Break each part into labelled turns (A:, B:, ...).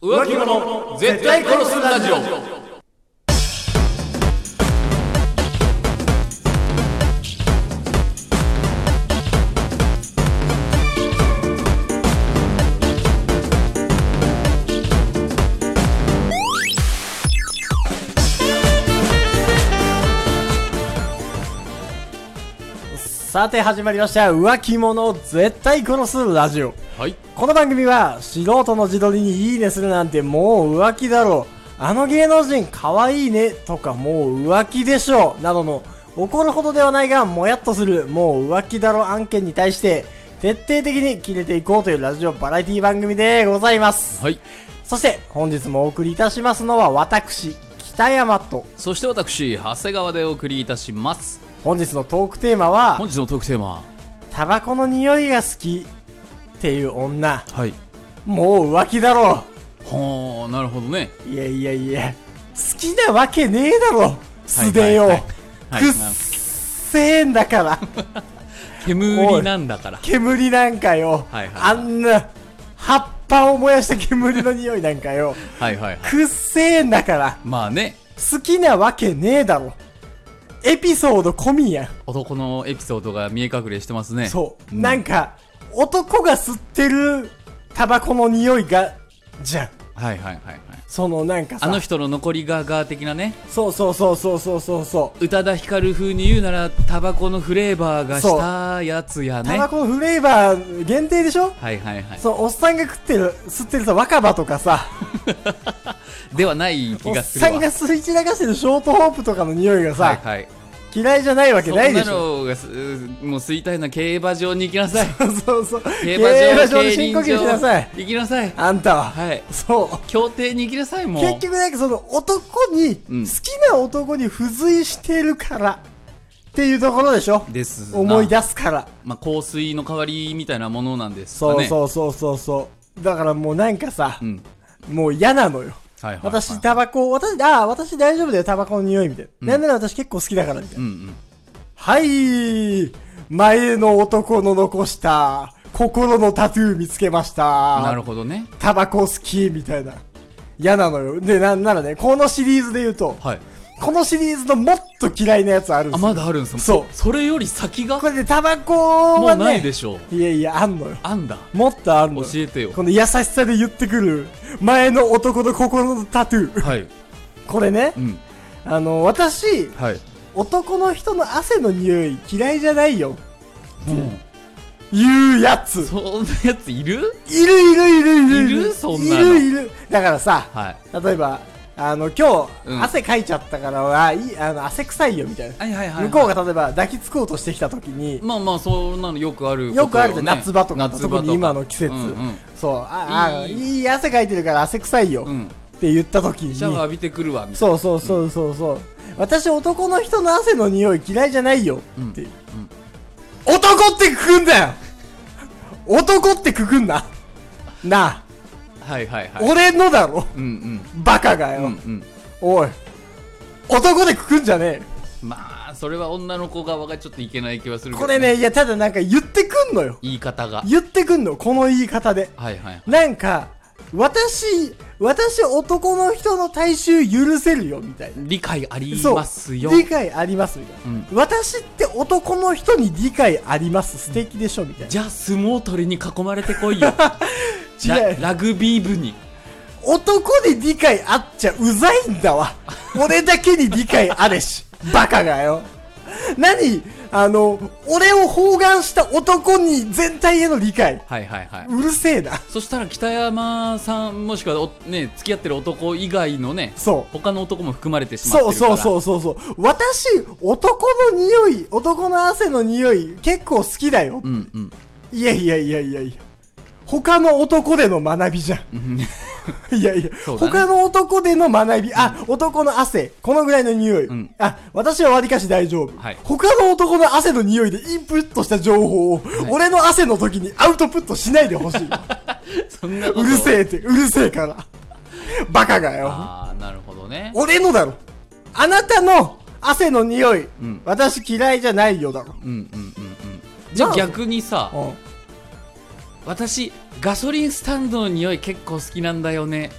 A: 浮気者絶対殺すラジオ
B: さて始まりました浮気者を絶対殺すラジオ
A: はい
B: この番組は素人の自撮りにいいねするなんてもう浮気だろうあの芸能人かわいいねとかもう浮気でしょうなどの怒るほどではないがもやっとするもう浮気だろ案件に対して徹底的に切れていこうというラジオバラエティ番組でございます
A: はい
B: そして本日もお送りいたしますのは私北山と
A: そして私長谷川でお送りいたします
B: 本日のトークテーマは
A: 本日のトークテーマ
B: タバコの匂いが好きっていう女
A: はい
B: もう浮気だろ
A: ほーなるほどね
B: いやいやいや好きなわけねえだろ素手よ、
A: はいはい
B: く
A: は
B: っ
A: いなんか
B: せえん だから
A: 煙なんだから
B: 煙なんかよ、
A: はいはいはい
B: あんな葉っぱを燃やした煙の匂いなんかよ
A: はいはいはい
B: くっせえんだから
A: まあね
B: 好きなわけねえだろエピソード込みやん
A: 男のエピソードが見え隠れしてますね
B: そう、なんか男が吸ってるタバコの匂いがじゃん
A: はいはいはいはい
B: そのなんかさ
A: あの人の残りガーガー的なね
B: そうそうそうそうそうそうそう
A: 宇多田ヒカル風に言うならタバコのフレーバーがしたやつや
B: タ
A: ね
B: バコのフレーバー限定でしょ
A: はいはいはい
B: そうおっさんが食ってる吸ってるさ若葉とかさ
A: ではない
B: お
A: 気
B: っ
A: がするわ
B: さんが吸い散らかしてるショートホープとかの匂いがさ、
A: はいはい
B: 嫌いじゃないわけ
A: そん
B: ないで
A: な
B: しょ
A: のがすもう吸いたいな競馬場に行きな さい
B: そうそう競馬場で深呼吸しなさい
A: 競輪場行きなさい
B: あんたは、
A: はい
B: そ
A: 競艇に行きなさいうもう
B: 結局なんかその男に、
A: うん
B: 好きな男に付随してるからっていうところでしょ
A: ですな
B: 思い出すから
A: まあ、香水の代わりみたいなものなんですか
B: そ
A: ね
B: うそうそうそうそうだからもうなんかさ、
A: うん
B: もう嫌なのよ
A: はいはいはい
B: 私、タバコ、私、ああ、私大丈夫だよ、タバコの匂いみたいな。なんなら私結構好きだから、みたいな。
A: うんうん
B: はい、前の男の残した、心のタトゥー見つけました。
A: なるほどね
B: タバコ好き、みたいな。嫌なのよ。で、なんならね、このシリーズで言うと、
A: はい
B: このシリーズのもっと嫌いなやつあるんで
A: あ
B: すよ。
A: まだあるんです
B: そう
A: それより先が
B: これでタバコ
A: も
B: は
A: う
B: ね、
A: ないでしょう
B: いやいや、あんのよ。
A: あんだ
B: もっとあんの
A: 教
B: よ。
A: えてよ
B: この優しさで言ってくる、前の男の心のタトゥー。
A: はい
B: これね
A: う、ん
B: あの、私、
A: はい
B: 男の人の汗の匂い嫌いじゃないよ。
A: もう
B: 言うやつ。
A: そんなやついる
B: いるいるいるいる
A: いるそんなの
B: いるいる。だからさ、
A: はい
B: 例えば、あの、今日、
A: うん
B: 汗かいちゃったからは、いいあの、汗臭いよみたいな。
A: はいはいはい
B: 向こうが例えば抱きつこうとしてきた時に、
A: まあまあそんなのよくあること
B: よくあるじゃん、
A: ね
B: 夏場とか、
A: 夏場
B: 特に今の季節。
A: うんうん
B: そう、ああ、
A: い
B: い
A: い
B: い汗かいてるから汗臭いよ、
A: う
B: っ
A: ん
B: て言った時に、
A: シャワー浴びてくるわみたい
B: そうそうそうそうそう、私男の人の汗の匂い嫌いじゃないよ
A: うん
B: って、男ってくくんだよ男ってくくんなな
A: なはいはい
B: あ、
A: はい
B: 俺のだろ
A: うん
B: バカが
A: うんう
B: よ、
A: んうん
B: おい男でくくんじゃね
A: まあそれは女の子側がちょっといけない気はす
B: え
A: るけ
B: こ
A: ど
B: れねいやただなんか言ってくんのよ
A: 言い方が
B: 言ってくんのこの言い方で
A: はいはい
B: なんか私私男の人の体臭許せるよみたいな
A: 理解あり
B: そう
A: ますよ
B: 理解ありますみたいな、
A: うん
B: 私って男の人に理解あります素敵でしょみたいな
A: じゃあ相撲取りに囲まれてこいよ
B: 違
A: ラ
B: う
A: ラグビー部に
B: 男に理解あっちゃうざいん だわ俺だけに理解あれしバカがよ何あの俺を包含した男に全体への理解
A: はいはいはいう
B: るせえな
A: そしたら北山さんもしくはおね付き合ってる男以外のね
B: そう
A: 他の男も含まれてしまって
B: そう
A: るか
B: そう
A: ら
B: そううそうそう私男の匂い男の汗の匂い結構好きだよ、
A: うんうん
B: いやいやいやいやいや他の男での学びじゃん
A: うん
B: いやいや、
A: そうだね
B: 他の男での学び、あ、男の汗、このぐらいの匂い、
A: ん
B: あ、私はわりかし大丈夫、
A: はい
B: 他の男の汗の匂いでインプットした情報を、俺の汗の時にアウトプットしないで ほしい。
A: そんなこと
B: うるせえって、うるせえから。バカがよ。
A: ああなるほどね
B: 俺のだろ。あなたの汗の匂い、
A: ん
B: 私嫌いじゃないよだろ。
A: うんうんうんうんじゃあ
B: なんだ
A: 逆にさ
B: うん
A: 私ガソリンスタンドの匂い結構好きなんだよね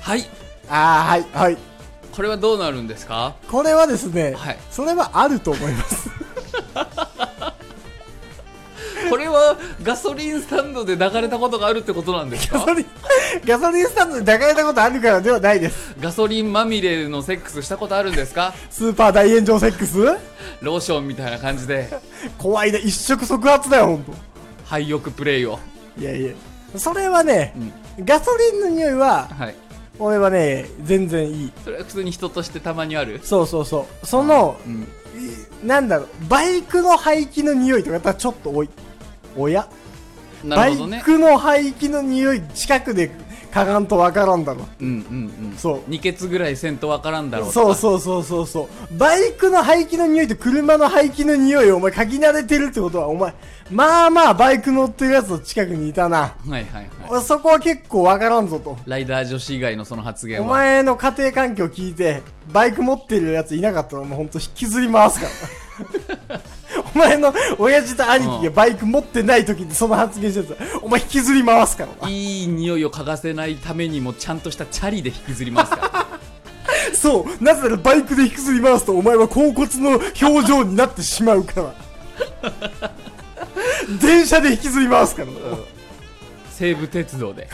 A: はい
B: ああ、はい、はい。
A: これはどうなるんですか
B: これはですね、
A: はい
B: それはあると思います。
A: これはガソリンスタンドで抱かれたことがあるってことなんです
B: ガ
A: か
B: ソリン、ガソリンスタンドで抱かれたことあるからではないです。
A: ガソリンまみれのセックスしたことあるんですか
B: スーパー大炎上セックス
A: ローションみたいな感じで
B: 怖いな、一触即発だよ、ほんと。
A: 廃浴プレイを、
B: いやいや。それはね
A: う、ん
B: ガソリンの匂いは、
A: はい、
B: 俺はね、全然いい。
A: それは普通に人としてたまにある、
B: そうそうそう。その、
A: うん、
B: いなんだろう、バイクの排気の匂いとかだったらちょっと多い。おや、
A: な
B: バ
A: る
B: イ
A: ほどね
B: クの排気の匂い近くで嗅がんとわからんだろ。
A: うんうんうん
B: そう
A: 二ケツぐらいせんとわからんだろうとか
B: そうそうそうそうそう。バイクの排気の匂いと車の排気の匂いをお前嗅ぎ慣れてるってことは、お前、まあまあバイク乗ってるやつの近くにいたな。
A: はいはいはい
B: 俺そこは結構わからんぞと。
A: ライダー女子以外のその発言
B: お
A: は
B: 前の家庭環境聞いて、バイク持ってるやついなかったら、もうほんと引きずり回すから。 お前の親父と兄貴
A: う
B: が
A: ん
B: バイク持ってない時にその発言してたら、お前引きずり回すからな。
A: いい匂いを嗅がせないためにもちゃんとしたチャリで引きずりますか
B: そう、なぜならバイクで引きずり回すとお前は恍惚の表情になってしまうから。 電車で引きずり回すから。
A: ら西武鉄道で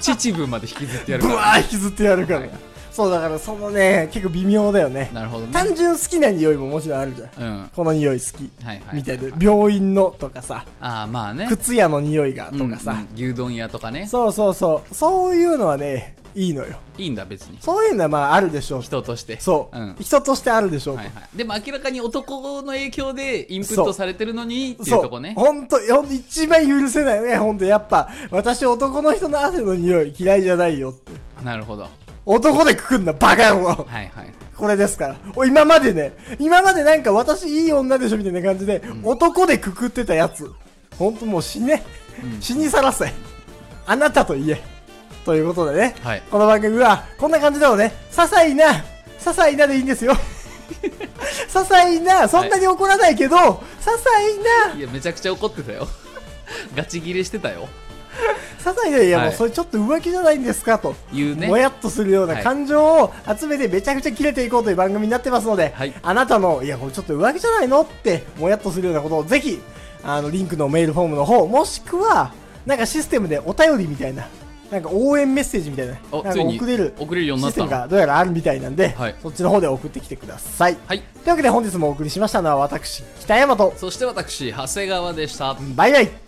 A: 秩父まで引きずってやる
B: ブ
A: か
B: ワ
A: ら
B: ー引きずってやるから。そうだからそのね、結構微妙だよね。
A: なるほどね
B: 単純好きな匂いももちろんあるじゃん。
A: うんはい
B: この匂い好き。
A: はいは
B: みたいな
A: は
B: 病院のとかさ
A: ああまあね
B: 靴屋の匂いがとか
A: うんう
B: さ
A: ん、牛丼屋とかね
B: そうそうそうそういうのはねいいのよ
A: いいんだ別に
B: そういうのはまああるでしょう
A: 人として
B: そう、
A: ん
B: 人としてあるでしょう、
A: はいはい、でも明らかに男の影響でインプットされてるのにっていう
B: そう
A: とこね
B: ほんとほんと一番許せないねほんとやっぱ私男の人の汗の匂い嫌いじゃないよって
A: なるほどは
B: 男でくくんなバカ野郎
A: いはい
B: これですからお今までね今までなんか私いい女でしょみたいな感じで、男でくくってたやつほんともう死ね、死にさらせあなたと言えということでね、
A: はい
B: この番組はこんな感じなのね些細な些細なでいい んですよ些細なそんなに怒らないけど、些細ない
A: やめちゃくちゃ怒ってたよ ガチギレしてたよ
B: 些細ないや、
A: はい
B: もうそれちょっと浮気じゃないんですかと
A: いうね
B: もやっとするような
A: はい
B: 感情を集めてめちゃくちゃ切れていこうという番組になってますので、
A: はい
B: あなたのいやこれちょっと浮気じゃないのってもやっとするようなことをぜひあのリンクのメールフォームの方もしくはなんかシステムでお便りみたいななんか応援メッセージみたいな
A: お
B: なん
A: つい
B: か
A: に
B: 送れる
A: 送れるようにな
B: シ
A: っ
B: ステ
A: た
B: ム
A: のは
B: がどうやらあるみたいなんで、
A: はい
B: そっちの方で送ってきてください。
A: い
B: というわけで本日もお送りしましたのは私、北山と、
A: そして私長谷川でした
B: バイバイ